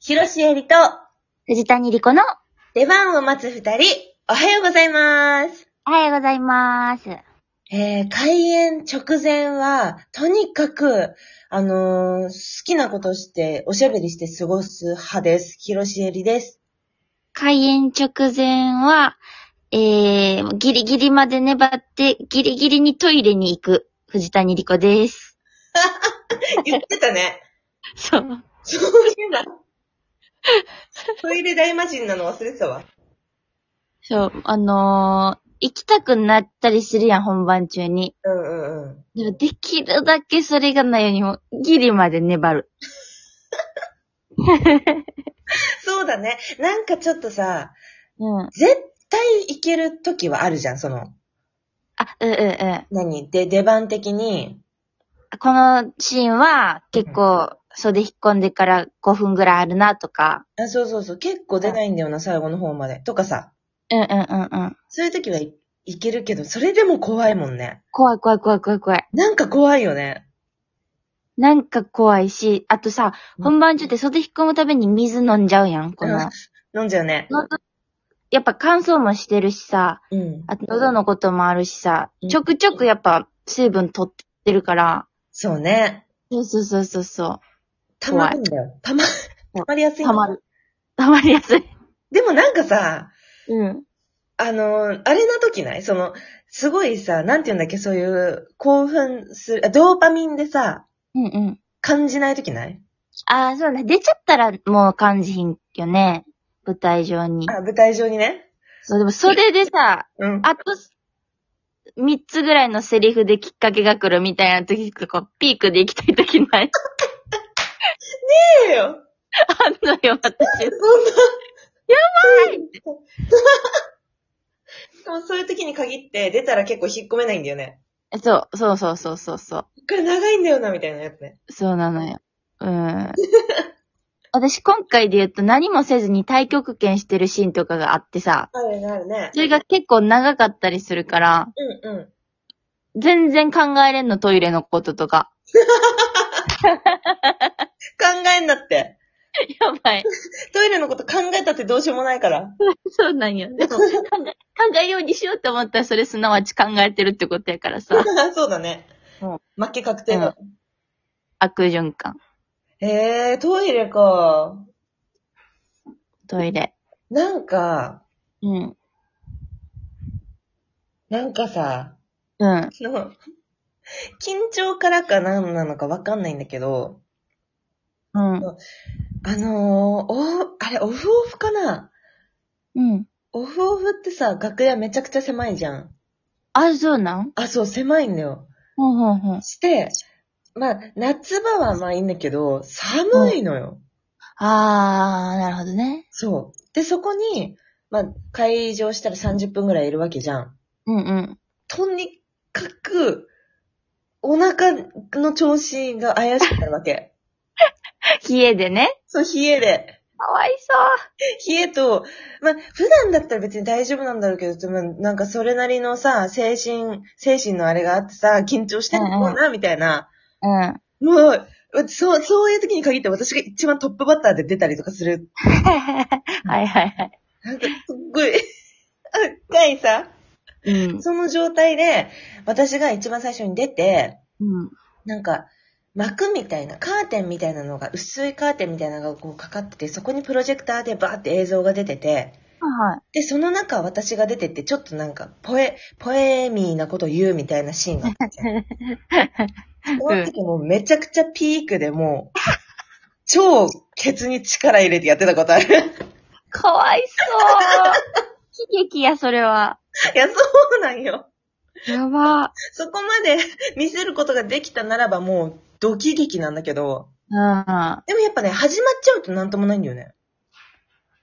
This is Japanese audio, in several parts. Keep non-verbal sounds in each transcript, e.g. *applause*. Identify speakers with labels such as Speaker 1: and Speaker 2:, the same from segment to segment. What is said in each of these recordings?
Speaker 1: 広瀬えりと
Speaker 2: 藤谷莉子の、
Speaker 1: 出番を待つ二人、おはようございます。
Speaker 2: おはようございます。
Speaker 1: えー、開演直前は、とにかく、あのー好きなことして、おしゃべりして過ごす派です。広瀬えりです。
Speaker 2: 開演直前は、えー、ギリギリまで粘って、ギリギリにトイレに行く、藤谷莉子です。
Speaker 1: 言ってた *laughs* ね。
Speaker 2: そう。
Speaker 1: そういうな。トイレ大魔人なの忘れてたわ。
Speaker 2: そう、あのー、行きたくなったりするやん、本番中に。
Speaker 1: うんうんうん。
Speaker 2: でもできるだけそれがないようにも、ギリまで粘る。
Speaker 1: そうだね。なんかちょっとさ、
Speaker 2: うん。
Speaker 1: 絶対行ける時はあるじゃん、その、
Speaker 2: あ、うんうんうん。
Speaker 1: 何で、出番的に、
Speaker 2: このシーンは、結構、袖引っ込んでから5分ぐらいあるな、とか。
Speaker 1: あ、そうそうそう、結構出ないんだよな、最後の方まで。とかさ、
Speaker 2: うんうんうんうん。
Speaker 1: そういう時はい、いけるけど、それでも怖いもんね。
Speaker 2: 怖い怖い怖い怖い怖い。
Speaker 1: なんか怖いよね。
Speaker 2: なんか怖いし、あとさ、
Speaker 1: うん
Speaker 2: 本番中って袖引っ込むために水飲んじゃうやん、こ
Speaker 1: うん
Speaker 2: の。
Speaker 1: 飲んじゃうね。
Speaker 2: やっぱ乾燥もしてるしさ、
Speaker 1: うん。
Speaker 2: あと喉のこともあるしさ
Speaker 1: う、ん
Speaker 2: ちょくちょくやっぱ水分取ってるから、
Speaker 1: そうね。
Speaker 2: そうそうそうそうそ
Speaker 1: 溜まるんだよ。溜ま、溜まりやす
Speaker 2: う、
Speaker 1: い。
Speaker 2: 溜ま。る。溜まりやすい。
Speaker 1: でもなんかさ、
Speaker 2: うん。
Speaker 1: あのーあれな時ないその、すごいさ、なんて言うんだっけ、そういう、興奮する、あドーパミンでさ、
Speaker 2: うんうん。
Speaker 1: 感じない時ない
Speaker 2: ああ、そうね。出ちゃったらもう感じひんよね。舞台上に。
Speaker 1: あ、舞台上にね。
Speaker 2: そう、でもそれでさ、
Speaker 1: うん。
Speaker 2: あと、3つぐらいのセリフできっかけが来るみたいな時とか、ピークで行きたい時ない
Speaker 1: ええよ。
Speaker 2: あんのよ、私。
Speaker 1: *laughs* でもそういう時に限って、出たら結構引っ込めないんだよね。
Speaker 2: そう、そうそうそうそうそう。
Speaker 1: これ長いんだよな、みたいなやつね。
Speaker 2: そうなのよ。うん。 *laughs* 私今回で言うと何もせずに対極拳してるシーンとかがあってさ、
Speaker 1: あるね、あるね
Speaker 2: そ。れが結構長かったりするから、
Speaker 1: うんうん。
Speaker 2: 全然考えれんのトイレのこととか。
Speaker 1: 考えんなって。
Speaker 2: やばい。
Speaker 1: トイレのこと考えたってどうしようもないから。 *laughs*
Speaker 2: そうなんよ。でも考え、考えようにしようって思ったらそれすなわち考えてるってことやからさ、
Speaker 1: そうだね。
Speaker 2: うん
Speaker 1: 負け確定だ。
Speaker 2: 悪循環。
Speaker 1: えー、トイレか。
Speaker 2: トイレ。
Speaker 1: なんか、
Speaker 2: うん。
Speaker 1: なんかさ、
Speaker 2: うん。
Speaker 1: あの緊張からか何なのかわかんないんだけど、
Speaker 2: うん。
Speaker 1: あのー、お、あれ、オフオフかな
Speaker 2: うん。
Speaker 1: オフオフってさ、楽屋めちゃくちゃ狭いじゃん。
Speaker 2: あ、そうなん
Speaker 1: あ、そう、狭いんだよ。
Speaker 2: ほんほんほん。
Speaker 1: して、まあ、夏場はまあいいんだけど、寒いのよ。
Speaker 2: あー、なるほどね。
Speaker 1: そう。で、そこに、まあ、会場したら30分ぐらいいるわけじゃん。
Speaker 2: うんうん。
Speaker 1: とにかく、お腹の調子が怪しくなるわ *laughs* け。
Speaker 2: 冷えでね。
Speaker 1: そう、冷えで。
Speaker 2: かわいそ
Speaker 1: 冷えと、まあ、普段だったら別に大丈夫なんだろうけど、でもなんかそれなりのさ、精神、精神のあれがあってさ、緊張してんのかな、みたいな。
Speaker 2: う。うん。
Speaker 1: もう、そう、そういう時に限って私が一番トップバッターで出たりとかする。
Speaker 2: *laughs* はいはいはい。
Speaker 1: なんかすっごい、あ *laughs* 深いさ。
Speaker 2: うん。
Speaker 1: その状態で、私が一番最初に出て、
Speaker 2: うん。
Speaker 1: なんか、幕みたいな、カーテンみたいなのが、薄いカーテンみたいなのがこうかかってて、そこにプロジェクターでバーって映像が出てて、
Speaker 2: はい。
Speaker 1: で、その中私が出てって、ちょっとなんか、ポエ、ポエミーなこと言うみたいなシーンがあって。その時もうめちゃくちゃピークでもう、超ケツに力入れてやってたことある。 *laughs* い
Speaker 2: かわいそう。悲劇や、それは。
Speaker 1: や、そうなんよ。
Speaker 2: やば。
Speaker 1: そこまで見せることができたならばもう、ドキ劇なんだけど、
Speaker 2: うん。な
Speaker 1: でもやっぱね、始まっちゃうとなんともないんだよね。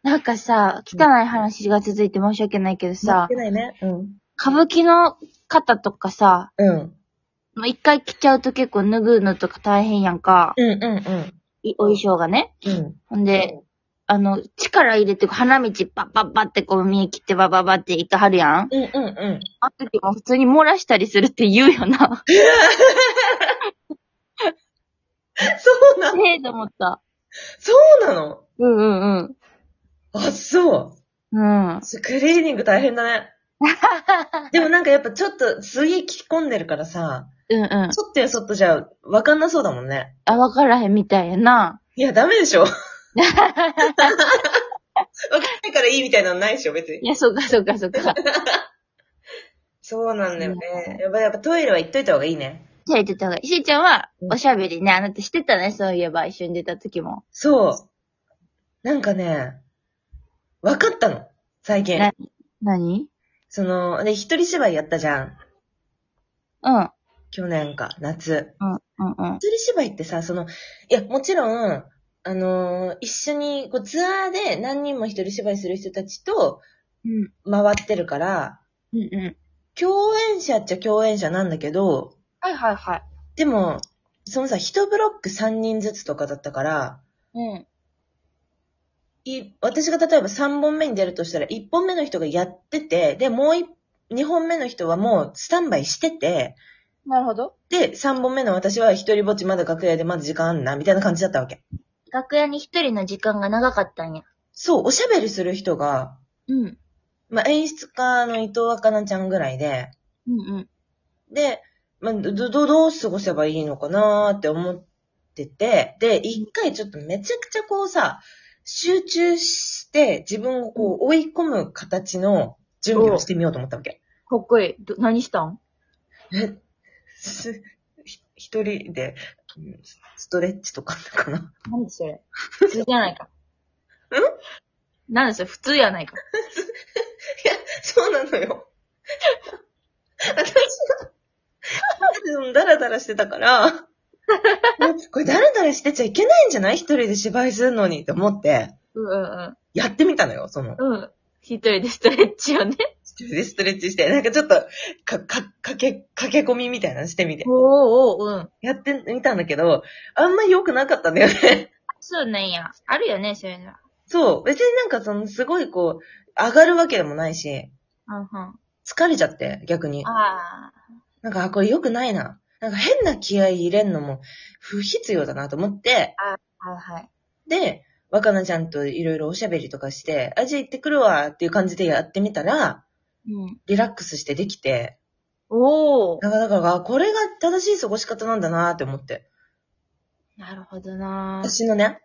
Speaker 2: んかさ、汚い話が続いて申し訳ないけど
Speaker 1: やっ
Speaker 2: さ
Speaker 1: て、ないね。うん。
Speaker 2: 歌舞伎の方とかさ、
Speaker 1: うん。
Speaker 2: もう一回着ちゃうと結構脱ぐのとか大変やんか。
Speaker 1: うんうん
Speaker 2: いお衣装がね。
Speaker 1: うん。うん。
Speaker 2: ほんで、あの、力入れて、花道パッパッパってこう見切ってバババって行ってはるやん。
Speaker 1: うんうんうん。 *laughs*
Speaker 2: あの時も普通に漏らしたりするって言うよな。
Speaker 1: そうなの
Speaker 2: *laughs* ええと思った。
Speaker 1: そうなの
Speaker 2: うんうん
Speaker 1: あ、そう。
Speaker 2: うん。うん。
Speaker 1: ちょクリーニング大変だね。でもなんかやっぱちょっと、すげえ着込んでるからさ、
Speaker 2: うんうん。
Speaker 1: ちょっとやそっとじゃ、わかんなそうだもんね。
Speaker 2: あ、わからへんみたいやな。
Speaker 1: いや、ダメでしょ。わかんないからいいみたいなのないでしょ、別に。
Speaker 2: いや、そうかそうかそうか。
Speaker 1: そうなんだよね。やっぱ、やっぱトイレは行っといた方がいいね。
Speaker 2: じゃあ言ってた方がいい。しーちゃんは、
Speaker 1: うん
Speaker 2: おしゃべりね、あなたしてたね、そういえば、一緒に出た時も。
Speaker 1: そう。なんかね、わかったの。最近。
Speaker 2: な何
Speaker 1: その、で、一人芝居やったじゃん。
Speaker 2: うん。うん
Speaker 1: 去年か、夏。
Speaker 2: うん
Speaker 1: 一人芝居ってさ、その、いや、もちろん、あのー一緒に、こう、ツアーで何人も一人芝居する人たちと
Speaker 2: うん。
Speaker 1: 回ってるから、
Speaker 2: うんうん。
Speaker 1: 共演者っちゃ共演者なんだけど、
Speaker 2: はいはいはい。
Speaker 1: でも、そのさ、一ブロック三人ずつとかだったから、
Speaker 2: うん。
Speaker 1: い私が例えば三本目に出るとしたら、一本目の人がやってて、で、もう一、二本目の人はもうスタンバイしてて、
Speaker 2: なるほど。
Speaker 1: で、三本目の私は一人ぼっちまだ楽屋でまだ時間あんな、みたいな感じだったわけ。
Speaker 2: 楽屋に一人の時間が長かったんや。
Speaker 1: そう、おしゃべりする人が、
Speaker 2: うん。
Speaker 1: まあ、演出家の伊藤若菜ちゃんぐらいで、
Speaker 2: うんうん。
Speaker 1: で、まあ、ど、ど、どう過ごせばいいのかなーって思ってて、で、一回ちょっとめちゃくちゃこうさ、集中して自分をこう追い込む形の準備をしてみようと思ったわけ。
Speaker 2: かっこいい。ど何したん
Speaker 1: え、す、ひ一人で、うんストレッチとかかな。 *laughs*
Speaker 2: 何それ。普通じゃ *laughs* ないか。ん何それ、普通やないか。
Speaker 1: そうなのよ。 *laughs* 私は、ダラダラしてた
Speaker 2: *laughs*
Speaker 1: から、これダラダラしてちゃいけないんじゃない一人で芝居するのにって思って、
Speaker 2: うんうん
Speaker 1: やってみたのよ、その。
Speaker 2: うん。うん。一人でストレッチをね。
Speaker 1: 一人でストレッチして、なんかちょっと、か、か、かけ、駆け込みみたいなのしてみて。
Speaker 2: *laughs* おーおーうん。
Speaker 1: やってみたんだけど、あんまり良くなかったんだよね。 *laughs*
Speaker 2: そうなんや。あるよね、そういうの。
Speaker 1: そう。別になんかその、すごいこう、上がるわけでもないし、
Speaker 2: うんうん。あ
Speaker 1: 疲れちゃって、逆に。
Speaker 2: あ
Speaker 1: なんか、あこれ良くないな。なんか変な気合い入れんのも不必要だなと思って、
Speaker 2: ー。はいはい。
Speaker 1: で、若菜ちゃんといろいろおしゃべりとかして、あ、じゃあ行ってくるわっていう感じでやってみたら、
Speaker 2: うん。
Speaker 1: リラックスしてできて、
Speaker 2: おお。
Speaker 1: なんかだから、あこれが正しい過ごし方なんだなって思って。
Speaker 2: なるほどなー。
Speaker 1: 私のね、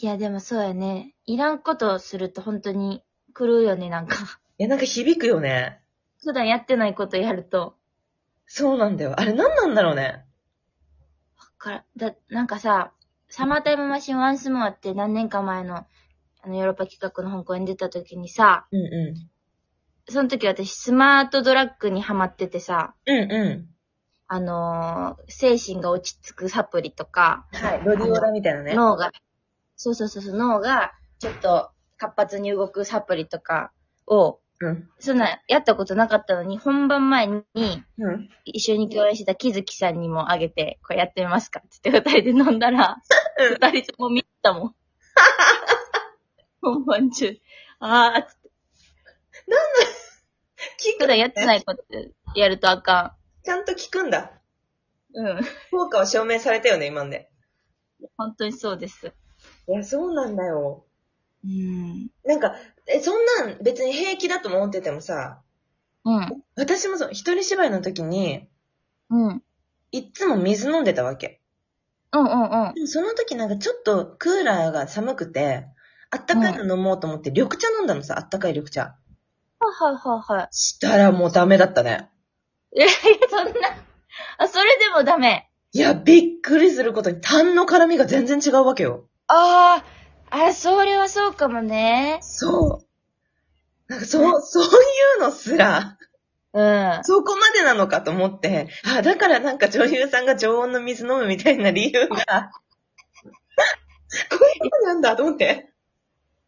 Speaker 2: いや、でもそうやね。いらんことをすると本当に狂うよね、なんか。 *laughs*
Speaker 1: いや、なんか響くよね。
Speaker 2: 普段やってないことやると。
Speaker 1: そうなんだよ。あれ何なんだろうね。
Speaker 2: から、だ、なんかさ、サマータイムマシンワンスモアって何年か前の、あの、ヨーロッパ企画の香港に出た時にさ、
Speaker 1: うんう
Speaker 2: その時私スマートドラッグにハマっててさ、
Speaker 1: ん。うんう
Speaker 2: あのー精神が落ち着くサプリとか、
Speaker 1: ん。はい。ロディオラみたいなね。
Speaker 2: 脳が、そうそうそうそう、脳がちょっと活発に動くサプリとかを、
Speaker 1: うん。
Speaker 2: そんなんやったことなかったのに、本番前に
Speaker 1: うん。
Speaker 2: 一緒に共演してた木月さんにもあげて、これやってみますかって言って二人で飲んだら、
Speaker 1: うん
Speaker 2: 二人とも見たもん。本番中。あーっつって。
Speaker 1: 聞
Speaker 2: 普
Speaker 1: く、
Speaker 2: 段やってないことやるとあか
Speaker 1: ちゃんと聞くんだ。
Speaker 2: ん。うん。
Speaker 1: 効果は証明されたよね、今んで。
Speaker 2: 本当にそうです。
Speaker 1: いや、そうなんだよ。
Speaker 2: うん。
Speaker 1: なんか、え、そんなん別に平気だと思っててもさ、
Speaker 2: うん。
Speaker 1: 私もそう、一人芝居の時に、
Speaker 2: うん。うん
Speaker 1: いっつも水飲んでたわけ。
Speaker 2: うんうん。
Speaker 1: でもその時なんかちょっとクーラーが寒くて、あったかいの飲もうと思って緑茶飲んだのさ、あったかい緑茶。
Speaker 2: はいはいはいは
Speaker 1: したらもうダメだったね。
Speaker 2: い。いやいや、そんな。あ、それでもダメ。
Speaker 1: いや、びっくりすることに、痰の絡みが全然違うわけよ。
Speaker 2: ああ、あ、それはそうかもね。
Speaker 1: そう。なんか、そう、そういうのすら、
Speaker 2: うん。
Speaker 1: そこまでなのかと思って、あ、だからなんか女優さんが常温の水飲むみたいな理由 *laughs* が、こういうことなんだと思って。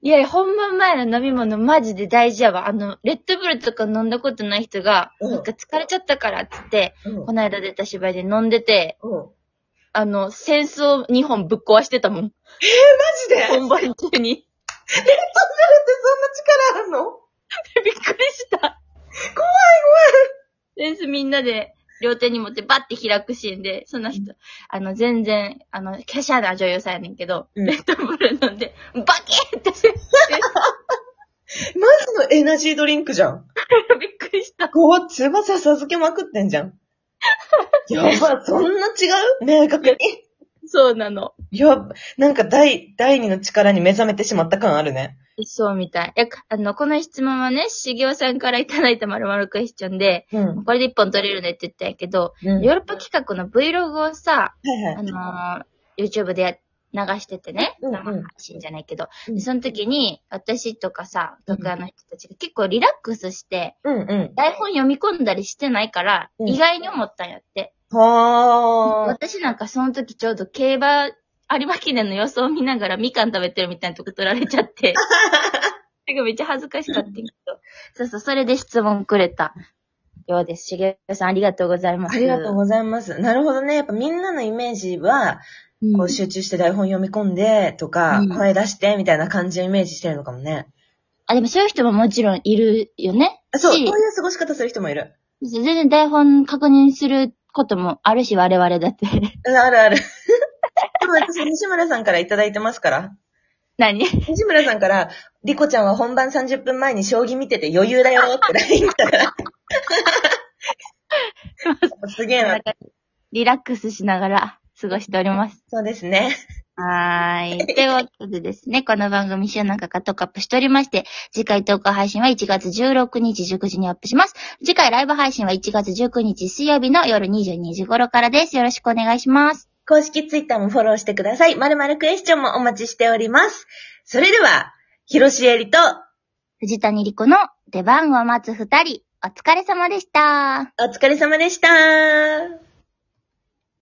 Speaker 2: いやいや、本番前の飲み物マジで大事やわ。あの、レッドブルとか飲んだことない人が、
Speaker 1: うん
Speaker 2: なんか疲れちゃったからってって、
Speaker 1: うん。
Speaker 2: この間出た芝居で飲んでて、
Speaker 1: うん。
Speaker 2: あの、戦争2本ぶっ壊してたもん。
Speaker 1: マジで
Speaker 2: 本番中に。
Speaker 1: そんな力あんの
Speaker 2: *laughs* びっくりした。怖い怖い。戦争みんなで両手に持ってバッて開くシーンで、その人、あの、全然、あの、華奢な女優さんやねんけど、
Speaker 1: うん
Speaker 2: レッドブル飲んで、バキーってして、
Speaker 1: マジのエナジードリンクじゃん。
Speaker 2: びっくりした。
Speaker 1: こう、翼授けまくってんじゃ *laughs* ん。やば、そんな違う明確に。
Speaker 2: そうなの。
Speaker 1: やば、なんか第、第二の力に目覚めてしまった感あるね。
Speaker 2: そうみたい。いや、あの、この質問はね、しげおさんからいただいたまるまるクエスチョンで、
Speaker 1: うん。
Speaker 2: これで一本取れるねって言ったんやけど、
Speaker 1: うん、
Speaker 2: ヨ
Speaker 1: は
Speaker 2: ーロッパ企画の Vlog をさ、
Speaker 1: いはい。
Speaker 2: あのー YouTube でや流しててね、
Speaker 1: うんうん
Speaker 2: 生配信じゃないけど、
Speaker 1: うん
Speaker 2: でその時に、私とかさ、
Speaker 1: うん
Speaker 2: 特派の人たちが結構リラックスして、
Speaker 1: うんう
Speaker 2: 台本読み込んだりしてないから、
Speaker 1: うん
Speaker 2: 意外に思ったんやって。
Speaker 1: ん。は
Speaker 2: 私なんかその時ちょうど競馬、有馬記念の予想を見ながらみかん食べてるみたいなとこ取られちゃ
Speaker 1: *laughs*
Speaker 2: って。なんかめっちゃ恥ずかしかったんやけど。そうそう、それで質問くれたようです。しげさんありがとうござい
Speaker 1: ー
Speaker 2: ます。
Speaker 1: ありがとうございます。なるほどね。やっぱみんなのイメージは、
Speaker 2: うん
Speaker 1: こう集中して台本読み込んでとか、
Speaker 2: うん
Speaker 1: 声出してみたいな感じをイメージしてるのかもね。
Speaker 2: あ、でもそういう人ももちろんいるよね。
Speaker 1: あそう、こう
Speaker 2: し
Speaker 1: いう過ごし方する人もいる。
Speaker 2: 全然台本確認することもあるし、我々だって。 *laughs*
Speaker 1: うんあるある。でも私、西村さんからいただいてますから。
Speaker 2: 何
Speaker 1: 西村さんから、リコちゃんは本番30分前に将棋見てて余裕だよって LINE 来た
Speaker 2: *laughs*
Speaker 1: から。すげえな。
Speaker 2: リラックスしながら過ごしております。
Speaker 1: そうですね。
Speaker 2: はーい。ということでですね、この番組週何回かトークアップしておりまして、次回投稿配信は1月16日19時にアップします。次回ライブ配信は1月19日水曜日の夜22時頃からです。よろしくお願いします。
Speaker 1: 公式ツイッターもフォローしてください。まるまるクエスチョンもお待ちしております。それでは、広しえりと、
Speaker 2: 藤谷莉子の出番を待つ二人、お疲れ様でした。
Speaker 1: お疲れ様でした。